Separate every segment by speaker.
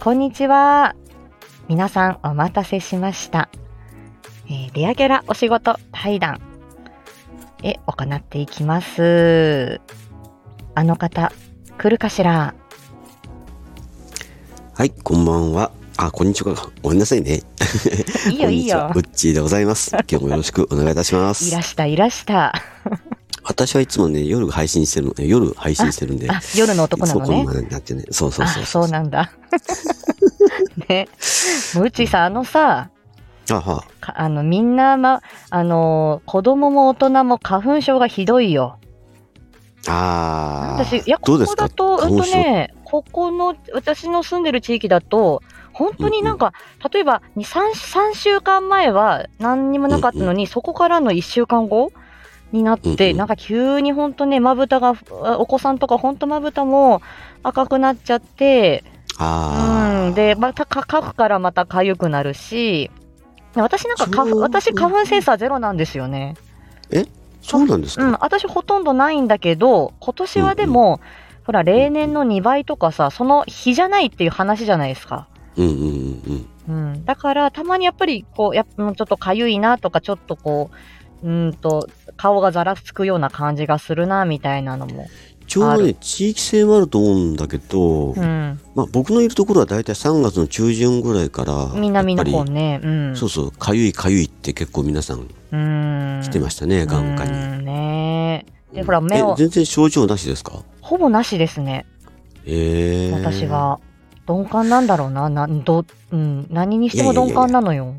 Speaker 1: こんにちは。皆さんお待たせしました。えーレアキャラお仕事対談へ行っていきます。あの方、来るかしら
Speaker 2: はい、こんばんは。あ、こんにちは。ごめんなさいね。
Speaker 1: いいよ
Speaker 2: こん
Speaker 1: い
Speaker 2: に
Speaker 1: い
Speaker 2: ちは
Speaker 1: よ
Speaker 2: ウ。ッチーでござ います。今日もよろしくお願いいたしま
Speaker 1: い
Speaker 2: す
Speaker 1: ら。したいらした。
Speaker 2: 私はいつもね、夜配信してるの、え夜配信してるんで、い
Speaker 1: あ、夜の男な
Speaker 2: つも
Speaker 1: の
Speaker 2: こん
Speaker 1: ね。
Speaker 2: なになってね。そうそう
Speaker 1: あ、
Speaker 2: そう
Speaker 1: そうなんだ。 ね。もううちさん、あのさ、
Speaker 2: あは
Speaker 1: かあのみんな、ま、あのー子供も大人も花粉症がひどいよ。
Speaker 2: あ。あ
Speaker 1: 私、い
Speaker 2: ー
Speaker 1: や、
Speaker 2: ど
Speaker 1: こ
Speaker 2: うです
Speaker 1: こ
Speaker 2: か
Speaker 1: だと、うん
Speaker 2: 花
Speaker 1: と
Speaker 2: 粉症
Speaker 1: ね、ここの、私の住んでる地域だと、本当になんか、例えば2 3、3週間前は何にもなかったのに、そこからの1週間後になって、
Speaker 2: うんうん
Speaker 1: なんか急に本当ね、まぶたが、あお子さんとか本当まぶたも赤くなっちゃって、
Speaker 2: ああ、
Speaker 1: うん、で、またか書くからまた痒くなるし、私なんか花粉、
Speaker 2: そう
Speaker 1: 私花粉センサーゼロなんですよね。
Speaker 2: そうなんですか、
Speaker 1: うん、私ほとんどないんだけど、今年はでも、ほら、例年の2倍とかさ、その日じゃないっていう話じゃないですか。
Speaker 2: うん、うんうんうん。
Speaker 1: うん、だから、たまにやっぱり、こう、やっぱうんちょっとかゆいなとか、ちょっとこう、うーんと、顔がざらつくような感じがするな、みたいなのも。
Speaker 2: ちょうど
Speaker 1: あ
Speaker 2: ね、地域性もあると思うんだけど、
Speaker 1: うん。
Speaker 2: まあ僕のいるところはだいたい3月の中旬ぐらいから、
Speaker 1: 南の
Speaker 2: や
Speaker 1: 方
Speaker 2: っぱ
Speaker 1: ね。うん。
Speaker 2: りそうそう、かゆいかゆいって結構皆さん
Speaker 1: うーん。
Speaker 2: 来てましたね、眼科に。
Speaker 1: うんねえで、
Speaker 2: うん
Speaker 1: ほら、目を
Speaker 2: え、全然症状なしですか
Speaker 1: ほぼなしですね、
Speaker 2: ええ
Speaker 1: 私。は。鈍感なんだろうな、な、ど、うん、何にしても鈍感なのよ。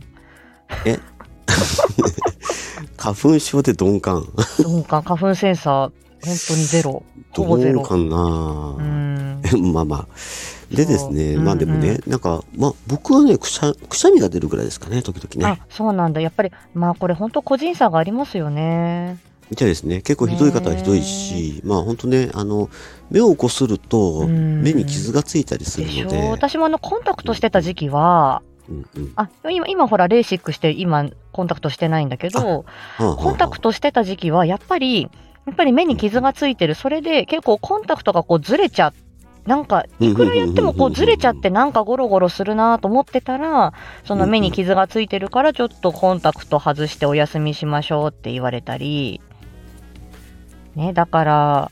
Speaker 2: 花粉症で鈍感。
Speaker 1: 鈍感、花粉センサー、本当にゼロ。ほぼゼロ
Speaker 2: 鈍感
Speaker 1: うー
Speaker 2: な、
Speaker 1: ん。
Speaker 2: まあまあ。でですね、
Speaker 1: そう
Speaker 2: まあでもね、
Speaker 1: うん
Speaker 2: なんか、まあ僕はね、くしゃ、くしゃみが出るぐらいですかね、時々ね。
Speaker 1: あ、そうなんだ。やっぱり、まあこれ本当個人差がありますよね。
Speaker 2: みたいですね。結構ひどい方はひどいし、まあ本当ね、あの、目をこすると、
Speaker 1: 目
Speaker 2: 目に傷がついたりする
Speaker 1: でし
Speaker 2: の
Speaker 1: ょ
Speaker 2: で、
Speaker 1: 私もあの、コンタクトしてた時期は、
Speaker 2: うんうん
Speaker 1: あ、今、今ほら、レーシックして、今、コンタクトしてないんだけど、
Speaker 2: はあはあ
Speaker 1: コンタクトしてた時期は、やっぱり、やっぱり目に傷がついてる。それで、結構コンタクトがこうずれちゃっなんか、いくらやってもこうずれちゃって、なんかゴロゴロするなと思ってたら、その目に傷がついてるから、ちょっとコンタクト外してお休みしましょうって言われたり、ね、だから、や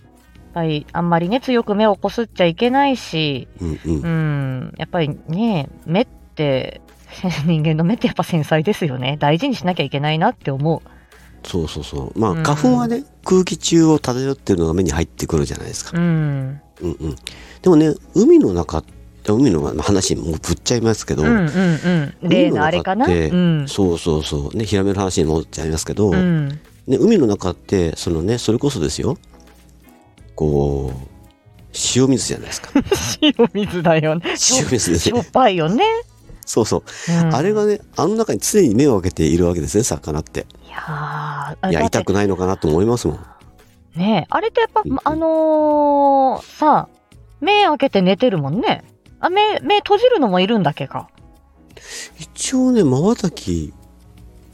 Speaker 1: っぱりあんまりね、強く目をこすっちゃいけないし、
Speaker 2: うんうん
Speaker 1: う。ん、やっぱりね、目って、 人間の目ってやっぱ繊細ですよね。大事にしなきゃいけないなって思
Speaker 2: そうそうそう。まあ
Speaker 1: うん
Speaker 2: 花粉はね、空気中を漂ってるのが目に入ってくるじゃないですか
Speaker 1: う。。うん。
Speaker 2: うんうん、でもね海の中海の話もうぶっちゃいますけど、
Speaker 1: うんうんうん。例のあれかなう
Speaker 2: 海の中って
Speaker 1: ん。
Speaker 2: そうそうそうねヒラメの話に戻っちゃいますけど、
Speaker 1: うん。
Speaker 2: ね、海の中ってそのねそれこそですよこう塩水じゃないで すか
Speaker 1: 塩水だよね。
Speaker 2: 塩水です
Speaker 1: しょ
Speaker 2: ね
Speaker 1: っぱいよね。
Speaker 2: そうそう、
Speaker 1: うん
Speaker 2: あれがねあの中に常に目を開けているわけですね魚って
Speaker 1: いやーあ
Speaker 2: いや
Speaker 1: だって
Speaker 2: 痛くないのかなと思いますもん
Speaker 1: ねえあれってやっぱ、
Speaker 2: うんうん
Speaker 1: あのーさ目開けて寝てるもんねあ目目閉じるのもいるんだっけか
Speaker 2: 一応ねまばたき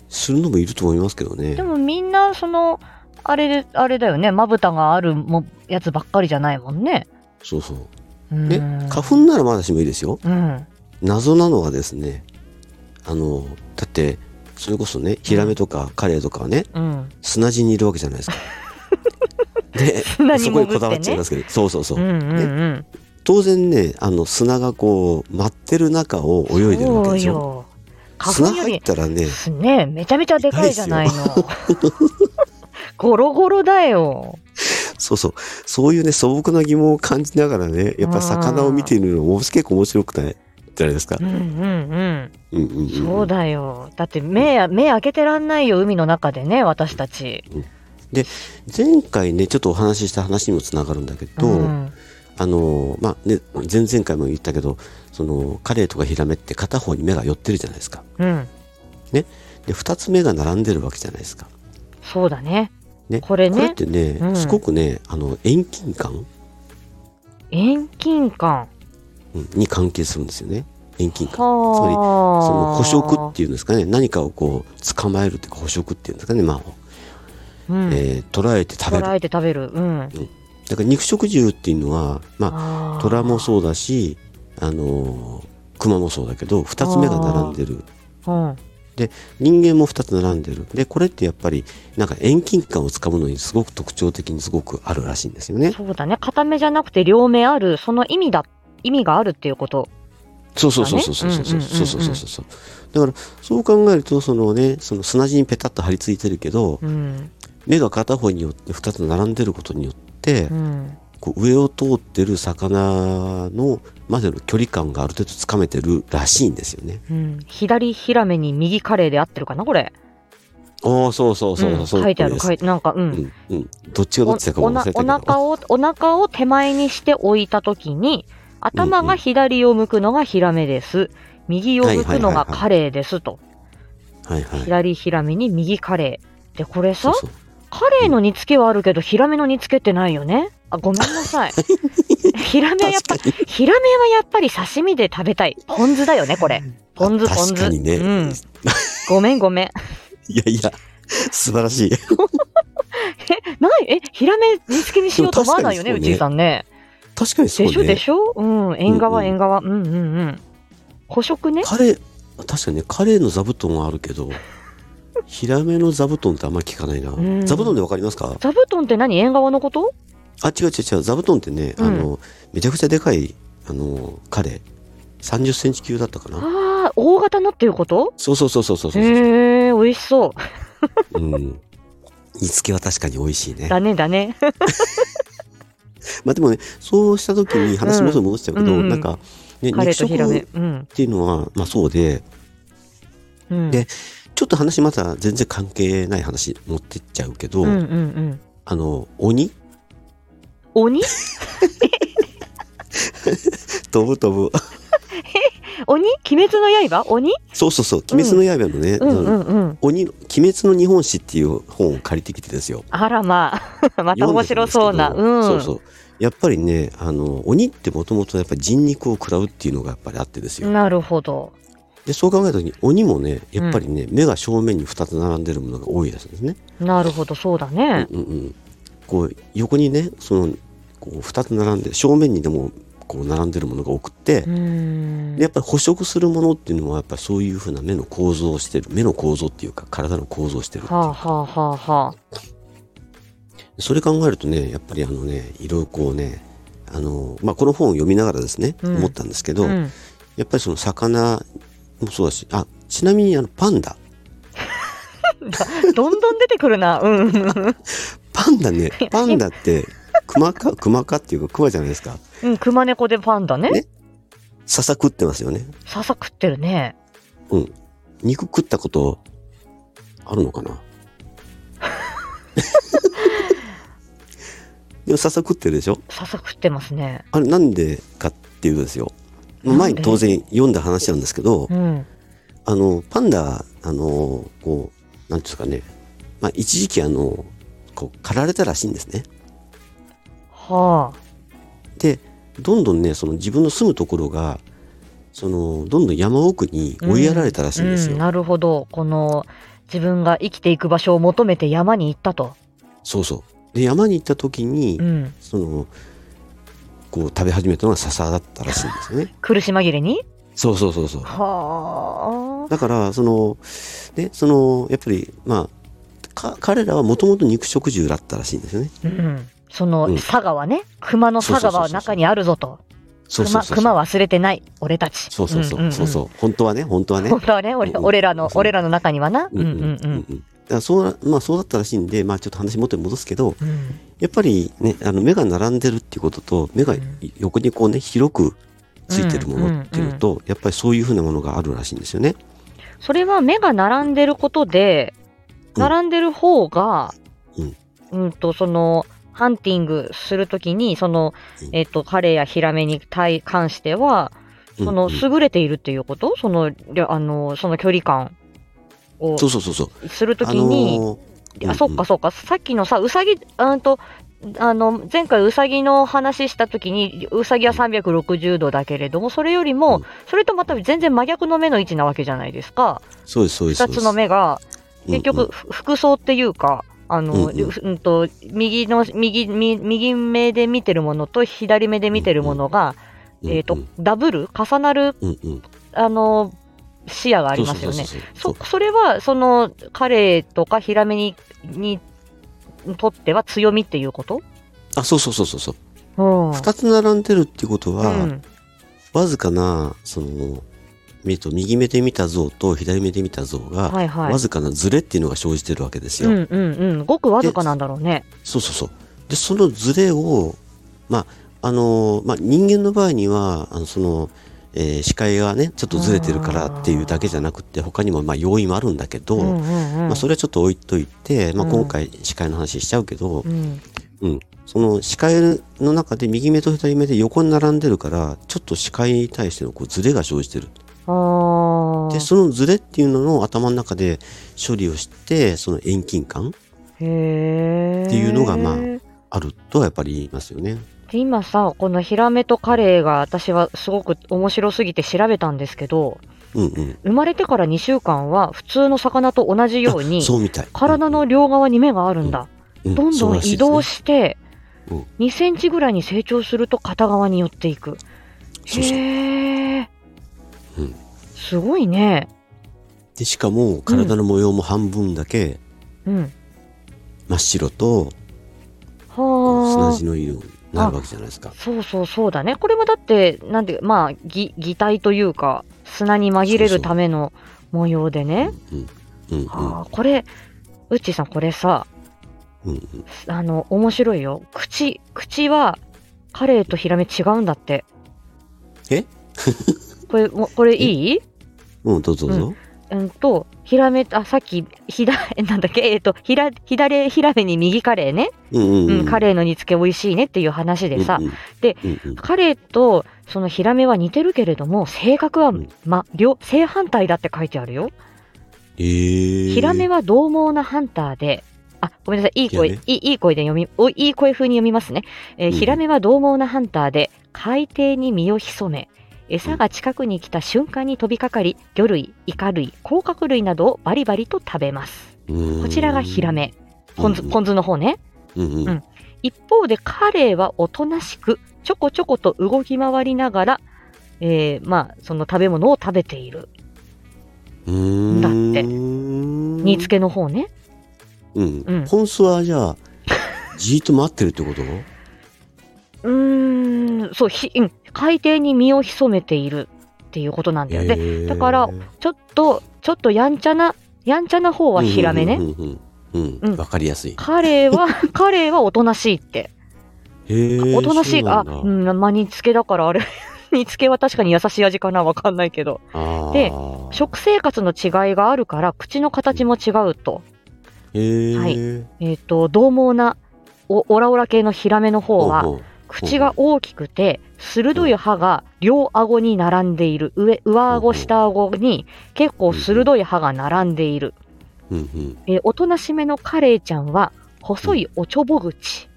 Speaker 2: するのもいると思いますけどね
Speaker 1: でもみんなそのあれであれだよねまぶたがあるもやつばっかりじゃないもんね
Speaker 2: そうそう
Speaker 1: うん
Speaker 2: ね花粉ならまだしもいいですよ
Speaker 1: うん
Speaker 2: 謎なのはですねあのだってそれこそねヒラメとかカレイとかはね
Speaker 1: うん
Speaker 2: 砂地にいるわけじ ゃないですか。で
Speaker 1: 砂に
Speaker 2: そ
Speaker 1: 潜
Speaker 2: こ
Speaker 1: っ
Speaker 2: にこだわってちゃい
Speaker 1: ね
Speaker 2: ますけどそうそうそう、
Speaker 1: うんうんうん
Speaker 2: 当然ねあの砂がこう舞ってる中を泳いでるわけ
Speaker 1: そう
Speaker 2: でしょ。
Speaker 1: よ花
Speaker 2: 砂
Speaker 1: 粉よ
Speaker 2: 入っ
Speaker 1: り
Speaker 2: たらね
Speaker 1: ねめちゃめちゃでかいじゃないの ゴロゴロだよ
Speaker 2: そうそうそういうね素朴な疑問を感じながらねやっぱ魚を見ているのも結構面白くないじゃないですか
Speaker 1: う。んうんうん
Speaker 2: うんうんうん、
Speaker 1: そうだよ。だって目、目開けてらんないよ、海の中でね、私たち。
Speaker 2: 前回ねちょっとお話しした話にもつながるんだけど、
Speaker 1: うん
Speaker 2: あのまあね、前々回も言ったけどそのカレイとかヒラメって片方に目が寄ってるじゃないですか
Speaker 1: うん、
Speaker 2: で2つ目が並んでるわけじゃないですか、
Speaker 1: そうだね。
Speaker 2: ね、
Speaker 1: これね
Speaker 2: ってね、
Speaker 1: うん
Speaker 2: すごくねあの遠近感
Speaker 1: 遠近感。
Speaker 2: うんに関係するんですよね遠近感つまりその
Speaker 1: はあ。
Speaker 2: 捕食っていうんですかね何かをこう捕まえるっていうか捕食っていうんですかねまあ、
Speaker 1: うん
Speaker 2: えー捕らえて食べる
Speaker 1: 捉えて食べる。うん。
Speaker 2: だから肉食獣っていうのはまあ
Speaker 1: あー
Speaker 2: 虎もそうだしあのークマもそうだけど2つ目が並んでる
Speaker 1: うん。
Speaker 2: 人間も2つ並んでるでこれってやっぱりなんか遠近感をつかむのにすごく特徴的にすごくあるらしいんですよね
Speaker 1: そうだね。片目じゃなくて両目ある、その意味だ、意味があるっていうこと。
Speaker 2: そうそうそうそうそうそうそうそうそうそうそうだからそう考えるとそのねその砂地にペタッと張り付いてるけど
Speaker 1: うん。
Speaker 2: 目が片方によって2つ並んでることによって
Speaker 1: うん。
Speaker 2: こう上を通ってる魚のまでの距離感がある程度つかめてるらしいんですよね
Speaker 1: うん。左ヒラメに右カレーで合ってるかな、これ。
Speaker 2: ああそうそうそ
Speaker 1: う
Speaker 2: うそうんそう
Speaker 1: 書いてある、
Speaker 2: です
Speaker 1: 書いて、なんか、う。
Speaker 2: うんんうんどっちがどっちだかも
Speaker 1: お
Speaker 2: 忘れ
Speaker 1: な
Speaker 2: たけど
Speaker 1: お腹を、お腹を手前にして置いたときに、頭が左を向くのがヒラメです。右を向くのがカレーですと。
Speaker 2: はいはい
Speaker 1: 左ヒラメに右カレー。で、これさ
Speaker 2: そう、そう
Speaker 1: カレーの煮付けはあるけど、ヒラメの煮付けってないよね。あ、ごめんな さい。ヒラメはやっぱ、
Speaker 2: 確かに
Speaker 1: ヒラメはやっぱり刺身で食べたい。ポン酢だよね、これ。ポン酢、
Speaker 2: あ
Speaker 1: ポン酢。
Speaker 2: 確かにね
Speaker 1: うん。ごめん、ごめん。
Speaker 2: いやいや素晴らしい
Speaker 1: ない、え、ヒラメ煮付けにしようと思わないよね、
Speaker 2: で
Speaker 1: う
Speaker 2: も
Speaker 1: ち
Speaker 2: 確かに
Speaker 1: いさんね。
Speaker 2: 確かにそ
Speaker 1: で
Speaker 2: うね
Speaker 1: しょでしょうん、縁
Speaker 2: うんう
Speaker 1: 側、
Speaker 2: ん
Speaker 1: 縁側。うんうんうん。捕食ね。
Speaker 2: カレー確かにねカレーの座布団はあるけどヒラメの座布団ってあんまり聞かないな、
Speaker 1: ん
Speaker 2: 座布団でわかりますか
Speaker 1: 座布団って何縁側のこと
Speaker 2: あ違う違う違う座布団ってね、
Speaker 1: うん
Speaker 2: あのめちゃくちゃでかいあのカレー3 0センチ級だったかな
Speaker 1: ああ、大型のっていうこと
Speaker 2: そうそうそうそうそうそう、
Speaker 1: へえ、美味しそう。
Speaker 2: うん煮付けは確かに美味しいね
Speaker 1: だね、だね。
Speaker 2: まあでもねそうした時に話も戻っちゃうけど、
Speaker 1: うんうん
Speaker 2: なんか、ね、
Speaker 1: カレー
Speaker 2: 肉
Speaker 1: と
Speaker 2: 食
Speaker 1: ヒラメ
Speaker 2: っ。
Speaker 1: うん。
Speaker 2: ていうのは、まあ、そうで
Speaker 1: うん。
Speaker 2: でちょっと話また全然関係ない話持ってっちゃうけど、
Speaker 1: うんうんうん。
Speaker 2: あの鬼
Speaker 1: 鬼
Speaker 2: 飛ぶ飛ぶ
Speaker 1: 鬼鬼滅の刃鬼
Speaker 2: そうそうそう「鬼滅の刃」のね、
Speaker 1: う
Speaker 2: あ
Speaker 1: ん
Speaker 2: の
Speaker 1: うんうん。
Speaker 2: 鬼の「鬼滅の日本史」っていう本を借りてきてですよ。
Speaker 1: あらまあ、また面白そうな。
Speaker 2: 読ん
Speaker 1: うん。
Speaker 2: だんですけどそうそうやっぱりねあの鬼ってもともとやっぱり人肉を食らうっていうのがやっぱりあってですよ。
Speaker 1: なるほど。
Speaker 2: でそう考えた時に鬼もねやっぱりね、目が正面に2つ並んでるものが多いですね。
Speaker 1: なるほど、そうだね。
Speaker 2: うんうん、こう横にねそのこう2つ並んで正面にでもこう並んでるものが多くって、
Speaker 1: うーん
Speaker 2: で。やっぱり捕食するものっていうのはやっぱりそういうふうな目の構造をしてる目の構造っていうか体の構造をしてるっていう
Speaker 1: はあはあはあはあ。
Speaker 2: それ考えるとねやっぱりあのねいろいろこうねあの、まあ、この本を読みながらですね、
Speaker 1: うん
Speaker 2: 思ったんですけど、
Speaker 1: うん、
Speaker 2: やっぱりその魚もそうだしあちなみにあのパンダ
Speaker 1: どんどん出てくるな。うん。
Speaker 2: パン ダねパンダって熊か熊かっていうか熊じゃないですか
Speaker 1: うん、熊猫でパンダね。
Speaker 2: ね笹食ってますよね
Speaker 1: 笹食ってるね。
Speaker 2: 肉食ったことあるの かなでも笹食ってるでしょ
Speaker 1: 笹食ってますね。
Speaker 2: あれなんでかっていうとですよ
Speaker 1: なんで
Speaker 2: 前に当然読んだ話なんですけど、
Speaker 1: うん。
Speaker 2: あの、パンダ、あの、こう、なんていうんですかね、まあ、一時期、あの、こう、狩られたらしいんですね。
Speaker 1: はあ。
Speaker 2: で、どんどんね、その自分の住むところが、その、どんどん山奥に追いやられたらしいんですよ。
Speaker 1: うん、なるほど。この、自分が生きていく場所を求めて山に行ったと。
Speaker 2: そうそう。で、山に行った時に、
Speaker 1: うん。
Speaker 2: その、こう、食べ始めたのが笹だったらしいんですよね。
Speaker 1: 苦し紛れに
Speaker 2: そうそうそうそう。
Speaker 1: はあ。
Speaker 2: だから、その、ね、その、やっぱり、まあ、か彼らはもともと肉食獣だったらしいんですよね。
Speaker 1: うん。そうの
Speaker 2: ん
Speaker 1: 佐川ね、熊の佐川は中にあるぞと。
Speaker 2: そうそう
Speaker 1: 熊、
Speaker 2: そうそう。
Speaker 1: 熊忘れてない、俺たち。
Speaker 2: そうそうそう、そう
Speaker 1: う
Speaker 2: そう。本当はね、本当は
Speaker 1: ん。
Speaker 2: ね。
Speaker 1: 本当はね、俺
Speaker 2: うんうん
Speaker 1: 俺らの、
Speaker 2: そう
Speaker 1: 俺らの中にはな。うんうんう。
Speaker 2: うんんだからそうな、まあそうだったらしいんで、まあちょっと話元に戻すけど、
Speaker 1: うん
Speaker 2: やっぱりね、あの目が並んでるっていうことと、目が
Speaker 1: うん
Speaker 2: 横にこうね、広くついてるものっていうのと、やっぱりそういうふうなものがあるらしいんですよね。
Speaker 1: それは目が並んでることで、
Speaker 2: うん
Speaker 1: 並んでる方が、
Speaker 2: うん
Speaker 1: うんと、その、ハンティングするときに、その
Speaker 2: うん、
Speaker 1: えっ、と、彼やヒラメに対関しては、そ
Speaker 2: うん
Speaker 1: の、
Speaker 2: うん
Speaker 1: 優れているっていうことその、りょあの、その距離感を
Speaker 2: そうそうそうそう。
Speaker 1: するときに、
Speaker 2: のーうん
Speaker 1: あ、そっかそっか、さっきのさ、うさぎ、うんと、あの、前回うさぎの話したときに、うさぎは360度だけれども、それよりも、
Speaker 2: うん
Speaker 1: それとまた全然真逆の目の位置なわけじゃないですか。
Speaker 2: そうです、そうです。
Speaker 1: 二つの目が結局ふ服装っていうか、あの、う
Speaker 2: うんうん
Speaker 1: んと右の右み右目で見てるものと左目で見てるものが、
Speaker 2: うんうん、
Speaker 1: えっ、とダブル重なる
Speaker 2: うんうん、
Speaker 1: あの視野がありますよね。
Speaker 2: そうそうそうそう
Speaker 1: そそれはその彼とかヒラメににとっては強みっていうこと、
Speaker 2: あそうそうそうそうそう
Speaker 1: うん、
Speaker 2: 2つ並んでるっていうことは、
Speaker 1: うん
Speaker 2: わずかなその目と右目で見た像と左目で見た像が、
Speaker 1: はいはい
Speaker 2: わずかなズレっていうのが生じてるわけです
Speaker 1: う
Speaker 2: よ。
Speaker 1: んうんうん、ごくわずかなんだろうね。
Speaker 2: そうそうそう。で、そのズレを、まあ、あの、まあ、人間の場合には、あの、その、えー視界がね、ちょっとずれてるからっていうだけじゃなくて、他にも、まあ、要因もあるんだけど、
Speaker 1: うんうんうん
Speaker 2: まあ、それはちょっと置いといて、まあ、
Speaker 1: うん
Speaker 2: 今回視界の話しちゃうけど、
Speaker 1: うん
Speaker 2: うん。その視界の中で右目と左目で横に並んでるから、ちょっと視界に対してのこうズレが生じてる。
Speaker 1: あー
Speaker 2: で、そのズレっていうのを頭の中で処理をして、その遠近感
Speaker 1: へ
Speaker 2: っていうのがまあ
Speaker 1: あ
Speaker 2: あるとはやっぱり言いますよね。
Speaker 1: で今さこのヒラメとカレイが私はすごく面白すぎて調べたんですけど
Speaker 2: うんうん。
Speaker 1: 生まれてから2週間は普通の魚と同じように
Speaker 2: そうみたい。
Speaker 1: 体の両側に目があるんだ、
Speaker 2: う
Speaker 1: どんどん移動
Speaker 2: し
Speaker 1: して
Speaker 2: うん
Speaker 1: 2センチぐらいに成長すると片側に寄っていく
Speaker 2: そうそう
Speaker 1: へえ、
Speaker 2: うん
Speaker 1: すごいね
Speaker 2: でしかも体の模様も半分だけ
Speaker 1: うん
Speaker 2: 真っ白と
Speaker 1: は
Speaker 2: 砂
Speaker 1: あ
Speaker 2: 地の色になるわけじゃないですか。
Speaker 1: そうそうそうだね。これはだって、なんで、まあ、擬擬態というか、砂に紛れるための模様でね。
Speaker 2: うんうんうん
Speaker 1: あーこれ、ウッチーさん、これさ、
Speaker 2: うんうん。
Speaker 1: あの、面白いよ。口、口は、カレイとヒラメ違うんだって。
Speaker 2: え
Speaker 1: これ、もこれいい
Speaker 2: うん、どうぞどうぞ。
Speaker 1: うんと、ヒラメ、あ、さっき、ひだ、 なんだっけ、えっと、ひら、左ヒラメに右カレイね。
Speaker 2: うんうん
Speaker 1: うん、カ
Speaker 2: ー
Speaker 1: レイの煮付け美味しいねっていう話でさ、、
Speaker 2: うんうん
Speaker 1: で
Speaker 2: うんうん
Speaker 1: 彼とそのヒラメは似てるけれども性格は、
Speaker 2: うん
Speaker 1: ま、両正反対だって書いてあるよ。
Speaker 2: えー、
Speaker 1: ヒラメは獰猛なハンターで、あ、ごめんなさい、いい声、
Speaker 2: ヒ
Speaker 1: い
Speaker 2: ラ
Speaker 1: いいい声で読み、おいい声風に読みますね。えー
Speaker 2: うん
Speaker 1: ヒラメは獰猛なハンターで、海底に身を潜め、餌が近くに来た瞬間に飛びかかり、魚類、イカ類、甲殻類などをバリバリと食べます。
Speaker 2: うん、
Speaker 1: こちらがヒラメ。ポン酢、
Speaker 2: うんうん
Speaker 1: ポン酢の方ね。
Speaker 2: うんうん。
Speaker 1: うん一方でカレイはおとなしくちょこちょこと動き回りながら、えーまあ、その食べ物を食べている
Speaker 2: うん
Speaker 1: だって煮付けの方ね
Speaker 2: うん
Speaker 1: うん
Speaker 2: ポン酢は じゃあ、じーっと待ってるってこと
Speaker 1: うーんそうひうん海底に身を潜めているっていうことなんだよ、でだからちょっとちょっとやんちゃなやんちゃな方はヒラメね、
Speaker 2: うんうんうんうん
Speaker 1: う
Speaker 2: うんん。わかりやすい。
Speaker 1: カレイは カレイはおとなしいって
Speaker 2: へー
Speaker 1: おとなしい
Speaker 2: そう
Speaker 1: あ
Speaker 2: んだ
Speaker 1: うんまあ煮付けだからあれ 煮付けは確かに優しい味かなわかんないけど
Speaker 2: あー
Speaker 1: で食生活の違いがあるから口の形も違うと
Speaker 2: へー
Speaker 1: はいえっ、と、獰猛なオオラオラ系のヒラメの方は、
Speaker 2: う
Speaker 1: 口が大きくて、鋭い歯が両顎に並んでいる。上、上
Speaker 2: ほ
Speaker 1: 顎、
Speaker 2: うほう
Speaker 1: 下顎に結構鋭い歯が並んでいる。
Speaker 2: んうん
Speaker 1: えーおとなしめのカレイちゃんは、細いおちょぼ口。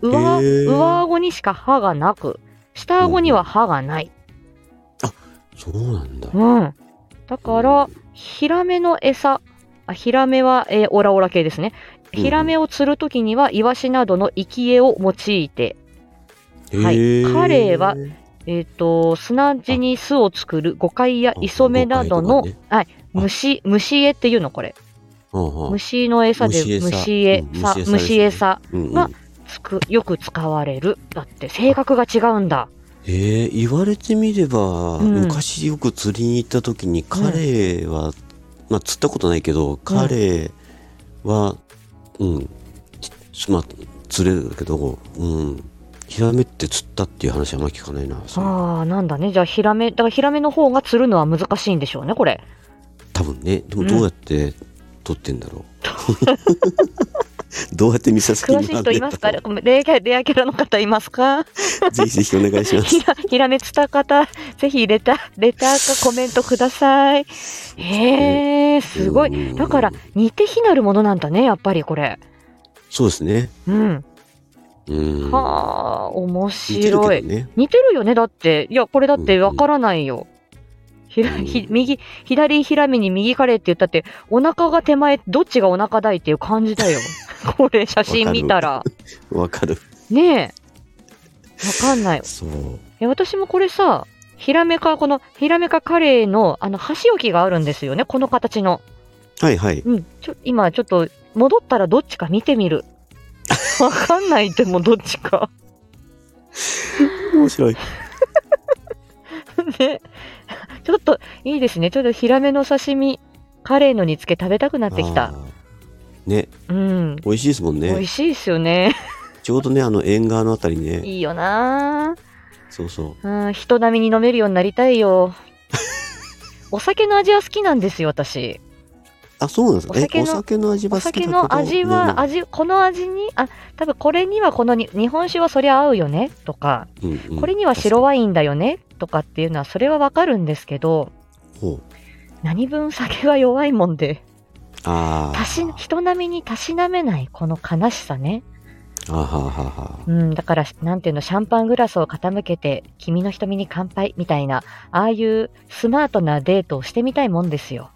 Speaker 1: 上、
Speaker 2: へー
Speaker 1: 上顎にしか歯がなく、下顎には歯がない。
Speaker 2: そうなんだ。
Speaker 1: うん。だから、ヒラメの餌、あヒラメは、えーオラオラ系ですね。
Speaker 2: うん
Speaker 1: ヒラメを釣るときには、イワシなどの生き餌を用いて、はい
Speaker 2: へー
Speaker 1: カレイはえっ、と、砂地に巣を作るゴカイやイソメなどの
Speaker 2: ゴカイと、
Speaker 1: はい、虫、虫餌っていうのこれ。
Speaker 2: うんうん
Speaker 1: 虫の餌で
Speaker 2: 虫餌
Speaker 1: 虫餌、さ
Speaker 2: うん
Speaker 1: 虫
Speaker 2: 虫餌ですね
Speaker 1: 餌
Speaker 2: うんうん
Speaker 1: がつく、よく使われる。だって、性格が違うんだ。
Speaker 2: へえ言われてみれば、
Speaker 1: うん
Speaker 2: 昔よく釣りに行った時にカレイは、まあ釣ったことないけどカレイはうん、ちまあ釣れるけどうんヒラメって釣ったっていう話はあんまり聞かないなそう
Speaker 1: ああ、なんだね。じゃあ、ヒラメ、だからヒラメの方が釣るのは難しいんでしょうね、これ。
Speaker 2: 多分ねで
Speaker 1: う
Speaker 2: も
Speaker 1: ん
Speaker 2: どうやって撮ってんだろう、 どうやって見させても
Speaker 1: 詳
Speaker 2: ら
Speaker 1: しい人いますか
Speaker 2: うんだろ
Speaker 1: ごめ んレアキャレアキャラの方いますか
Speaker 2: うぜひぜひお願いします
Speaker 1: ひらひらめつた方、ぜひレタレターかコメントください。へえ、すごい。
Speaker 2: い
Speaker 1: だから、似て非なるものなんだね、やっぱりこれ。
Speaker 2: そうですね
Speaker 1: うん。
Speaker 2: うん
Speaker 1: はあ、面
Speaker 2: 似てる
Speaker 1: 白
Speaker 2: け
Speaker 1: い。
Speaker 2: どね
Speaker 1: 似てるよね、だって。いや、これだって
Speaker 2: うんうん
Speaker 1: わからないよ。ひら
Speaker 2: うん
Speaker 1: ひ右左ひらめに右カレーって言ったってお腹が手前どっちがお腹だいっていう感じだ よこれ写真見たら
Speaker 2: わかる
Speaker 1: ねえわかんない
Speaker 2: そう
Speaker 1: え私もこれさヒラメカはこのヒラメカカレイのあの箸置きがあるんですよね、この形の。
Speaker 2: はいはい。
Speaker 1: うん、ちょ今ちょっと戻ったらどっちか見てみ る。わかんないでもどっちか。
Speaker 2: 面白い。
Speaker 1: ね。ちょっといいですね。ちょっとヒラメの刺身、カレイの煮付け食べたくなってき
Speaker 2: あ
Speaker 1: た。
Speaker 2: ー。ね、
Speaker 1: うん。
Speaker 2: 美味しいですもん
Speaker 1: 美味
Speaker 2: ね。
Speaker 1: しいですよね。
Speaker 2: ちょうどね、あの縁側のあたりね。
Speaker 1: いいよな
Speaker 2: そうそ
Speaker 1: うん、人並みに飲めるようになりたい よ。お酒の味は好きなんですよ、私。
Speaker 2: う。あ、そうなんですか。
Speaker 1: お酒
Speaker 2: え、お
Speaker 1: の
Speaker 2: 酒の味
Speaker 1: お
Speaker 2: は好きだ
Speaker 1: 酒
Speaker 2: けど
Speaker 1: の味は、味、この味に、あ、多分これにはこのに日本酒はそりゃ合うよね、とか、
Speaker 2: うんうんうん
Speaker 1: これには白ワインだよね、とかっていうのは、それはわかるんですけど、
Speaker 2: ほう
Speaker 1: 何分酒が弱いもんで、
Speaker 2: ああ。
Speaker 1: たし、人並みにたしなめない、この悲しさね。
Speaker 2: あははは
Speaker 1: うん、だから、なんていうの、シャンパングラスを傾けて、君の瞳に乾杯みたいな、ああいうスマートなデートをしてみたいもんですよ。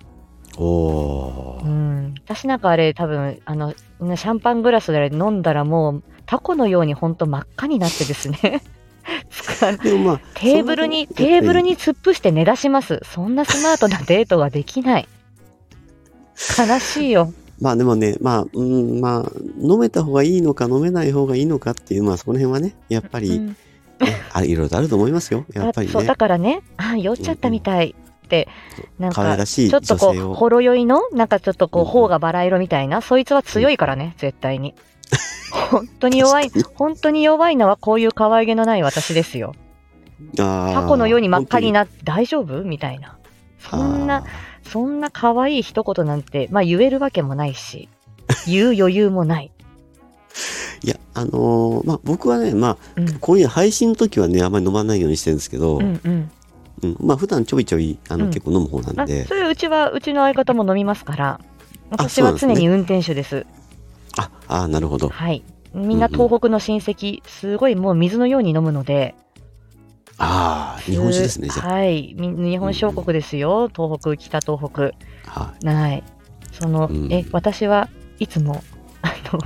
Speaker 2: おお
Speaker 1: う。ん、私なんかあれ、多分あの、ねシャンパングラスで飲んだらもう、タコのように本当真っ赤になってですね。使う
Speaker 2: でもまあ、
Speaker 1: テーブルに、テーブルに突っ伏して寝出します。そんなスマートなデートができない。悲しいよ。
Speaker 2: まあでもね、まあ、うん、まあ、飲めた方がいいのか飲めない方がいいのかっていう、まあそこの辺はね、やっぱり、
Speaker 1: う
Speaker 2: ね
Speaker 1: ん
Speaker 2: あいろいろとあると思いますよ。やっぱり
Speaker 1: あそう
Speaker 2: ね
Speaker 1: だ、からね、あ酔っちゃったみたいって、なん
Speaker 2: 可愛
Speaker 1: か、
Speaker 2: ら
Speaker 1: ち
Speaker 2: しい
Speaker 1: ょ
Speaker 2: 女
Speaker 1: っとこ
Speaker 2: 性
Speaker 1: う、
Speaker 2: を。
Speaker 1: ほろ酔いの、なんかちょっとこう、
Speaker 2: うんうん
Speaker 1: 頬がバラ色みたいな、そいつは強いからね、絶対に。本当に弱い
Speaker 2: 確、
Speaker 1: 本当に弱いのはこういう可愛げのない私ですよ。
Speaker 2: あ
Speaker 1: タコのように真っ赤に
Speaker 2: っ
Speaker 1: なって、大丈夫みたいな。そんな、。
Speaker 2: あ
Speaker 1: そんな可愛い一言なんて、まあ言えるわけもないし、言う余裕も ない。
Speaker 2: ーいや、あのーまあ僕はね、まあ、
Speaker 1: うん
Speaker 2: こういう配信の時はね、あんまり飲まないようにしてるんですけど、
Speaker 1: う
Speaker 2: うん
Speaker 1: んうん。
Speaker 2: まあ普段ちょいちょい、あの、
Speaker 1: うん
Speaker 2: 結構飲む方
Speaker 1: あ
Speaker 2: なんで、
Speaker 1: それうちは、うちの相方も飲みますから、私
Speaker 2: そうな
Speaker 1: は
Speaker 2: んです
Speaker 1: 常
Speaker 2: ね
Speaker 1: に運転手です。
Speaker 2: あ、あーなるほど。
Speaker 1: はい。みんな東北の親戚、すごいもう水のように飲むので、
Speaker 2: ああ、日本酒ですね、じゃ
Speaker 1: はい。み日本小国ですよ、東北、北東
Speaker 2: あ。はい
Speaker 1: 北。はい。その、
Speaker 2: うん
Speaker 1: え、私はいつも、 あの、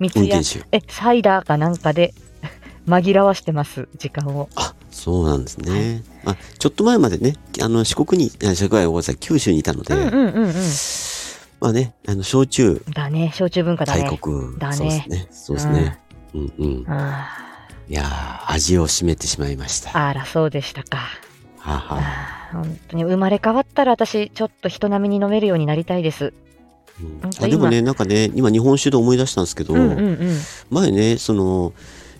Speaker 1: 三
Speaker 2: 運
Speaker 1: ツ矢
Speaker 2: 転、手。
Speaker 1: え、サイダーかなんかで 紛らわしてます、時間を。
Speaker 2: あ、そうなんですね。あ、ちょっと前までね、あの、四国に、あ四国はごめんなさい、九州にいたので、
Speaker 1: うんうんうんうん。
Speaker 2: まあね、あの、焼酎、
Speaker 1: だね、焼酎文化だね。
Speaker 2: 大国、
Speaker 1: だね
Speaker 2: そうですね。そうですね。うんうん。
Speaker 1: あ
Speaker 2: いやー、味を占めてしまいました。
Speaker 1: ー
Speaker 2: は
Speaker 1: あら、そうでしたか。
Speaker 2: あはあ
Speaker 1: あー本当に生まれ変わったら私、ちょっと人並みに飲めるようになりたいです。
Speaker 2: うん
Speaker 1: ほんと
Speaker 2: あでもね、なんかね、今日本酒で思い出したんですけど、
Speaker 1: うんうんうん。
Speaker 2: 前ね、その、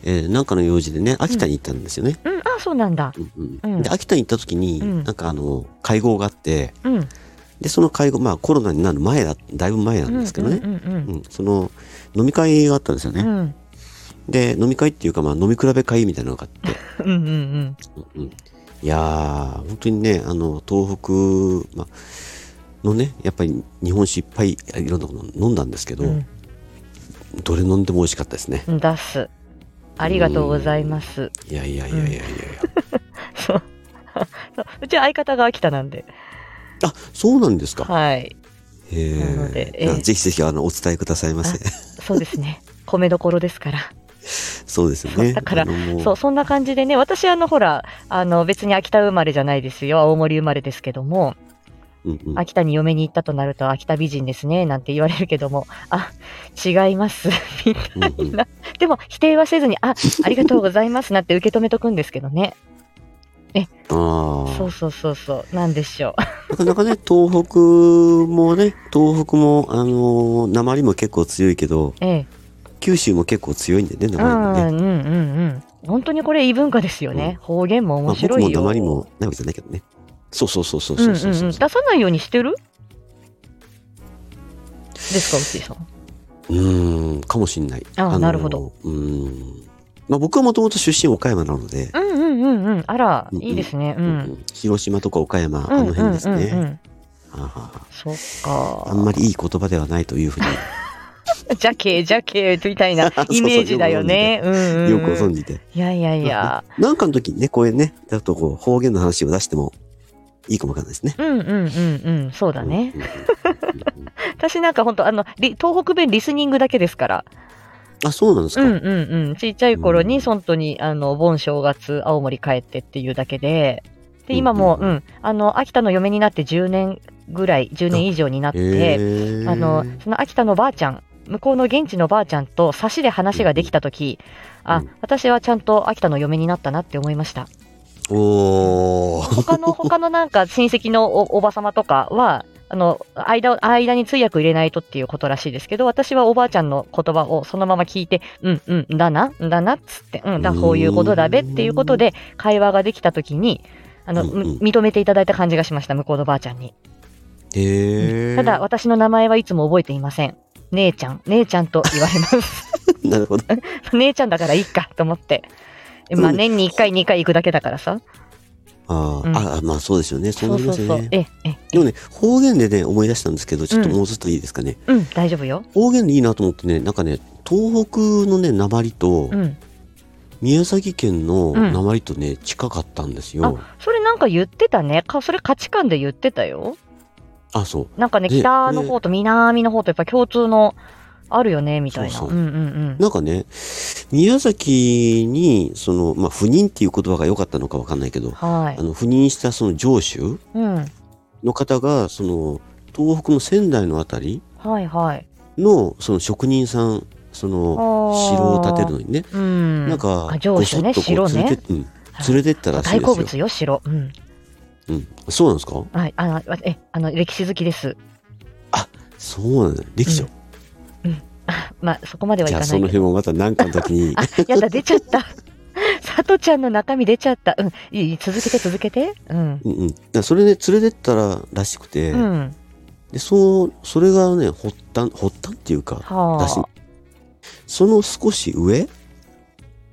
Speaker 2: えーなんかの用事でね、秋田に行ったんですよね。
Speaker 1: うん、あ、そうなんだ。
Speaker 2: うん
Speaker 1: う
Speaker 2: うんん、で、秋田に行った時に、
Speaker 1: うん
Speaker 2: なんかあの、会合があって、
Speaker 1: うん。
Speaker 2: で、その会合、まあコロナになる前だ、だいぶ前なんですけどね
Speaker 1: う。んうんうん
Speaker 2: うんその、飲み会があったんですよ
Speaker 1: う
Speaker 2: ね。
Speaker 1: ん。うん
Speaker 2: で、飲み会っていうか、まあ、飲み比べ会みたいなのがあって、
Speaker 1: うんうん
Speaker 2: うんうんいやー、本当にね、あの、東北、まあ、のね、やっぱり日本酒いっぱいいろんなこと飲んだんですけど、
Speaker 1: うん
Speaker 2: どれ飲んでも美味しかったですね。
Speaker 1: うん。出す。ありがとうございます。
Speaker 2: いやいやいやいやいやいや。
Speaker 1: そう。 うちは相方が秋田なんで。
Speaker 2: あ、そうなんですか。
Speaker 1: はい。
Speaker 2: へ
Speaker 1: なので
Speaker 2: ー
Speaker 1: ええ
Speaker 2: あぜひぜひ、あの、お伝えくださいませ。
Speaker 1: そうですね。米どころですから。
Speaker 2: そうです
Speaker 1: そう
Speaker 2: ね。
Speaker 1: だから
Speaker 2: あのもう
Speaker 1: そう、そんな感じでね、私、あの、ほら、あの、別に秋田生まれじゃないですよ。青森生まれですけども、
Speaker 2: うんうん
Speaker 1: 秋田に嫁に行ったとなると、秋田美人ですね、なんて言われるけども、あ、違います。 みたい
Speaker 2: うんうん
Speaker 1: な。でも、否定はせずに、あ、ありがとうございます、なんて受け止めとくんですけどね。
Speaker 2: あ
Speaker 1: そう
Speaker 2: ー
Speaker 1: そうそうそう。なんでしょう。
Speaker 2: なかなかね、東北もね、東北も、あのー、鉛も結構強いけど、
Speaker 1: ええ。
Speaker 2: 九州も結構強いんでね、
Speaker 1: うん
Speaker 2: 鉛
Speaker 1: う
Speaker 2: もね。
Speaker 1: んうんうん。本当にこれ異文化ですよね。
Speaker 2: うん
Speaker 1: 方言も
Speaker 2: まあ
Speaker 1: 面
Speaker 2: 僕
Speaker 1: 白
Speaker 2: も
Speaker 1: いよ。
Speaker 2: 鉛もないわけじゃないけどね。そうそうそうそう
Speaker 1: うんう
Speaker 2: そ
Speaker 1: ん
Speaker 2: うそう
Speaker 1: う
Speaker 2: そ
Speaker 1: ん。
Speaker 2: う
Speaker 1: 出さないようにしてるですか、うちいさん。
Speaker 2: うーん、かもしんない。
Speaker 1: あー
Speaker 2: の
Speaker 1: なるほど。
Speaker 2: うーん。まあ僕はもともと出身岡山なので、
Speaker 1: うんうんうんうん。あら、
Speaker 2: うんうん
Speaker 1: いいですね。う。
Speaker 2: うんん広島とか岡山、
Speaker 1: うん
Speaker 2: あの辺です
Speaker 1: うんうんう
Speaker 2: ね。
Speaker 1: ん
Speaker 2: はあは
Speaker 1: そっ
Speaker 2: ああんま
Speaker 1: か。
Speaker 2: りいい言葉ではないというふうに、
Speaker 1: ジャケ、ジャケ、みたいな
Speaker 2: そうそう
Speaker 1: イメージだよね。うんうん。
Speaker 2: よくご存知で。
Speaker 1: いやいやいや。
Speaker 2: なんかの時にね、こういうね、だとこう方言の話を出してもいいかもわかんないですね。
Speaker 1: うんうんうんうん。そうだね。
Speaker 2: うん。うんうんうん
Speaker 1: 私なんか本当あの、リ東北弁リスニングだけですから。
Speaker 2: あ、そうなんです
Speaker 1: う
Speaker 2: か。
Speaker 1: んうんうん。ちっちゃい頃
Speaker 2: う
Speaker 1: に、
Speaker 2: ん
Speaker 1: 本当に、あの、盆正月、青森帰ってっていうだけで、で今もう、うん、あの秋田の嫁になって10年ぐらい10年以上になって、
Speaker 2: えー、
Speaker 1: あのその秋田のばあちゃん向こうの現地のばあちゃんと差しで話ができた時、あ
Speaker 2: うん
Speaker 1: 私はちゃんと秋田の嫁になったなって思いました
Speaker 2: おー
Speaker 1: 他 の他のなんか親戚のおおば様とかはあの間を間に通訳入れないとっていうことらしいですけど私はおばあちゃんの言葉をそのまま聞いてうんうんだなだなっつってうんだこういうことだべっていうことで会話ができた時にあの、
Speaker 2: うんうん
Speaker 1: む認めていただいた感じがしました向こうのばあちゃんに
Speaker 2: へえ
Speaker 1: た だ私の名前はいつも覚えていません姉ちゃん姉ちゃんと言われます
Speaker 2: なるほど
Speaker 1: 姉ちゃんだからいいかと思ってまあ
Speaker 2: うん
Speaker 1: 年に1回2回行くだけだからさ
Speaker 2: あー、
Speaker 1: うん
Speaker 2: あまあそうですよねそうなりますよね
Speaker 1: ええええ
Speaker 2: でもね方言でね思い出したんですけどちょっともうちょっといいですかね、
Speaker 1: うん大丈夫よ
Speaker 2: 方言でいいなと思ってねなんかね東北のね鉛と
Speaker 1: うん
Speaker 2: 宮崎県の
Speaker 1: うん
Speaker 2: 鉛とね、近かったんですよ
Speaker 1: それなんか言ってたね。かそれ価値観で言ってたよ。
Speaker 2: あそう
Speaker 1: なんかね、
Speaker 2: ね
Speaker 1: 北の方と南の方とやっぱ共通のあるよね、みたいな。
Speaker 2: そううんそ
Speaker 1: うんう
Speaker 2: う
Speaker 1: ん。
Speaker 2: なんかね、宮崎に、その、まあ、赴任っていう言葉が良かったのかわかんないけど、
Speaker 1: は
Speaker 2: あ
Speaker 1: い。
Speaker 2: の、赴任したその上州
Speaker 1: うん。は
Speaker 2: の方が、その、東北の仙台のあた
Speaker 1: い
Speaker 2: り
Speaker 1: はい。
Speaker 2: の、その職人さん、その、
Speaker 1: あー
Speaker 2: 城を建てるのにね、
Speaker 1: うん。
Speaker 2: なんか
Speaker 1: あ、上州ね、
Speaker 2: ごそっと
Speaker 1: 城
Speaker 2: こう連れ
Speaker 1: ね。
Speaker 2: て、うん、連れてったらしい
Speaker 1: 大
Speaker 2: で
Speaker 1: 好
Speaker 2: すよ。
Speaker 1: 物よ、城。うん。
Speaker 2: うん。そうなんですか
Speaker 1: はい。あの、え、あの、歴史好きです。
Speaker 2: そうなんだ。できちゃう。
Speaker 1: まあ、そこまではい
Speaker 2: じゃ
Speaker 1: かな
Speaker 2: あ、
Speaker 1: い
Speaker 2: そ
Speaker 1: けど。
Speaker 2: の辺もまた何かの 時に、
Speaker 1: やだ、出ちゃった。 さとちゃんの中身出ちゃった。うん。いいいい続 けて、続けて。うん。
Speaker 2: うんうん。だからそれね、連れてったららしくて、
Speaker 1: うん。
Speaker 2: で、そう、それがね、発端、発端っていうか、だし
Speaker 1: は
Speaker 2: その少し上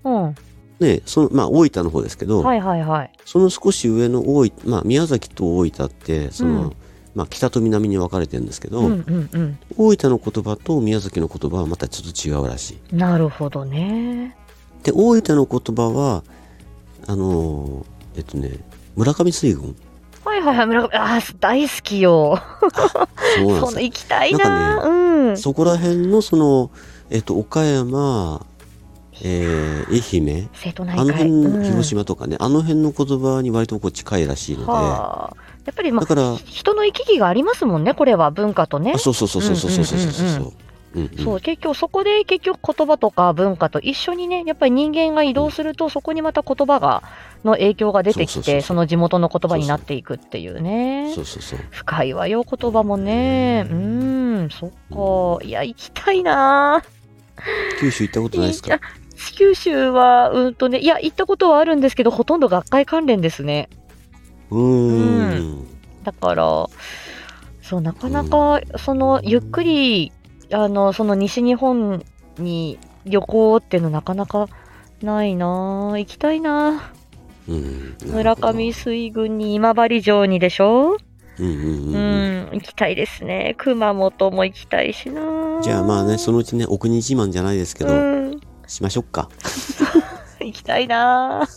Speaker 1: あ。うん。
Speaker 2: ね、そのまあ大分の方ですけど、
Speaker 1: はいはいはい。
Speaker 2: その少し上の大分、まあ、宮崎と大分ってその、
Speaker 1: うん
Speaker 2: まあ、北と南に分かれてるんですけど、
Speaker 1: うんうんうん。
Speaker 2: 大分の言葉と宮崎の言葉はまたちょっと違うらしい。
Speaker 1: なるほどね。
Speaker 2: で大分の言葉はあのーえっとね村上水軍
Speaker 1: はいはいはい、村上、あー大好きよ。
Speaker 2: そうなん
Speaker 1: そ
Speaker 2: です
Speaker 1: の
Speaker 2: よ
Speaker 1: 行きたいな
Speaker 2: なん
Speaker 1: うん。
Speaker 2: そこら辺のその、えっと、岡山、えー、愛媛
Speaker 1: 瀬戸内
Speaker 2: あの
Speaker 1: 海。
Speaker 2: 辺、
Speaker 1: うん、
Speaker 2: 広島とかねあの辺の言葉に割とこう近いらしいので、
Speaker 1: はあ。やっぱり、ま
Speaker 2: だから
Speaker 1: あ、人の行き来がありますもんね、これは文化とね
Speaker 2: あ。そうそうそうそうそうそうそうそうそう。うんうん
Speaker 1: そう結局そこで結局言葉とか文化と一緒にねやっぱり人間が移動するとそこにまた言葉がの影響が出て
Speaker 2: そ
Speaker 1: き
Speaker 2: うそうそうそう
Speaker 1: てその地元の言葉になっていくっていうね
Speaker 2: そうそうそう。
Speaker 1: 深いわよ言葉もねうんそっかいや行きたいな
Speaker 2: 九州行ったことないです
Speaker 1: い
Speaker 2: か
Speaker 1: い。九州は、うんとね、いや、行ったことはあるんですけど、ほとんど学会関連ですね。
Speaker 2: うーん。
Speaker 1: だから、そう、なかなか、その、ゆっくり、あの、その西日本に旅行っていうのなかなかないなぁ行きたいな
Speaker 2: うん。
Speaker 1: ぁ村上水軍に今治城にでしょ
Speaker 2: うんうん
Speaker 1: うん、
Speaker 2: うん
Speaker 1: 行きたいですね。熊本も行きたいしな
Speaker 2: う
Speaker 1: ぁ
Speaker 2: ん。じゃあまあね、そのうちね、お国自慢じゃないですけ
Speaker 1: う
Speaker 2: ど、
Speaker 1: ん、
Speaker 2: しましょうか。
Speaker 1: 行きたいなぁ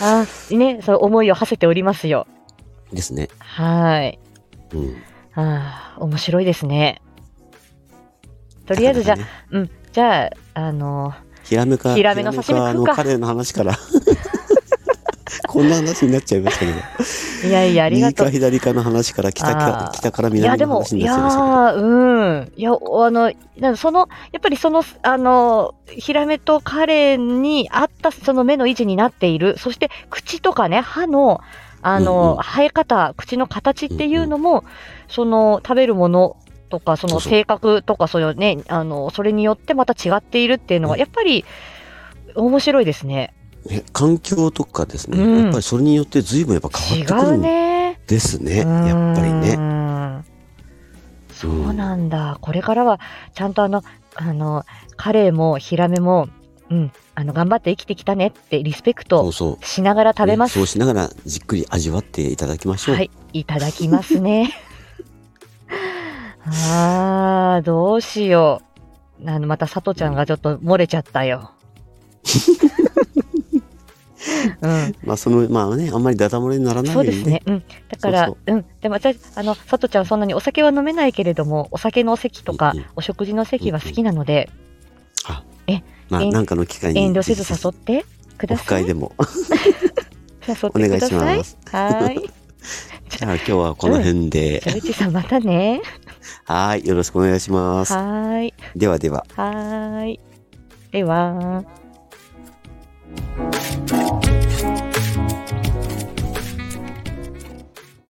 Speaker 1: あ、ね、そう、思いを馳せておりますよ。
Speaker 2: ですね。
Speaker 1: はい。
Speaker 2: うん。
Speaker 1: ああ、面白いですね。とりあえずじゃあ、
Speaker 2: なかなかね
Speaker 1: じゃあ、あの
Speaker 2: ヒラメか、
Speaker 1: ヒラメの刺身
Speaker 2: ヒラメ
Speaker 1: 食うか
Speaker 2: あの、彼の話から。こんな話になっちゃいましたけど。
Speaker 1: いやいや、ありが
Speaker 2: 右
Speaker 1: と
Speaker 2: か
Speaker 1: う。
Speaker 2: 左かの話から北か
Speaker 1: あ、ー
Speaker 2: 北から
Speaker 1: いや、
Speaker 2: 南
Speaker 1: で
Speaker 2: の
Speaker 1: も、
Speaker 2: 話
Speaker 1: い
Speaker 2: にな
Speaker 1: や
Speaker 2: っちゃいましたけど。
Speaker 1: ー、うん。いや、あの、なんかその、やっぱりその、あの、ヒラメとカレンに合ったその目の維持になっている、そして口とかね、歯の、あ
Speaker 2: うんうん
Speaker 1: の、生え方、口の形っていうのも、その、食べるものとか、そ
Speaker 2: そ
Speaker 1: の
Speaker 2: うそう
Speaker 1: 性格とか、そういうね、あの、それによってまた違っているっていうの
Speaker 2: う
Speaker 1: は、
Speaker 2: ん
Speaker 1: やっぱり、面白いですね。
Speaker 2: ね環境とかですね、
Speaker 1: うん
Speaker 2: やっぱりそれによって随分やっぱ変
Speaker 1: 違
Speaker 2: わってく
Speaker 1: う
Speaker 2: るん
Speaker 1: ね。
Speaker 2: ですね。やっぱりね。
Speaker 1: ね。そうなんだ。これからは、ちゃんとあの、あの、カレイもヒラメも、うん、あの、頑張って生きてきたねってリスペク
Speaker 2: そ
Speaker 1: ト
Speaker 2: うそう。
Speaker 1: しながら食べます。
Speaker 2: ねそうしながらじっくり味わっていただきましょう。
Speaker 1: はい、いただきます ね。あー、どうしよう。あの、また、さとちゃんがちょっと漏れちゃった よ。うん、
Speaker 2: まあそのまあねあんまりダダ漏れにならない
Speaker 1: そ
Speaker 2: よ
Speaker 1: う
Speaker 2: う
Speaker 1: で
Speaker 2: に、ね、
Speaker 1: すね。うん。だから、
Speaker 2: そう
Speaker 1: うん。でも私、あの、佐藤ちゃんそんなにお酒は飲めないけれども、お酒の席とか
Speaker 2: うんうん、
Speaker 1: お食事の席は好きなので、
Speaker 2: まあ
Speaker 1: 遠
Speaker 2: なんかの機会に
Speaker 1: 遠慮せず
Speaker 2: ぜひ
Speaker 1: 誘ってく
Speaker 2: オ
Speaker 1: だ
Speaker 2: フ
Speaker 1: さ
Speaker 2: 会
Speaker 1: い。
Speaker 2: でも
Speaker 1: 誘っ
Speaker 2: お
Speaker 1: て
Speaker 2: 願
Speaker 1: く
Speaker 2: い
Speaker 1: だ
Speaker 2: し
Speaker 1: さい。
Speaker 2: ます。
Speaker 1: はーい。
Speaker 2: じゃあ今日はこの 辺で
Speaker 1: じ、ゃあ、うちさんまた ね。
Speaker 2: はい、よろしくお願いしま
Speaker 1: は
Speaker 2: す。
Speaker 1: ーい。
Speaker 2: ではでは。
Speaker 1: はーい。では。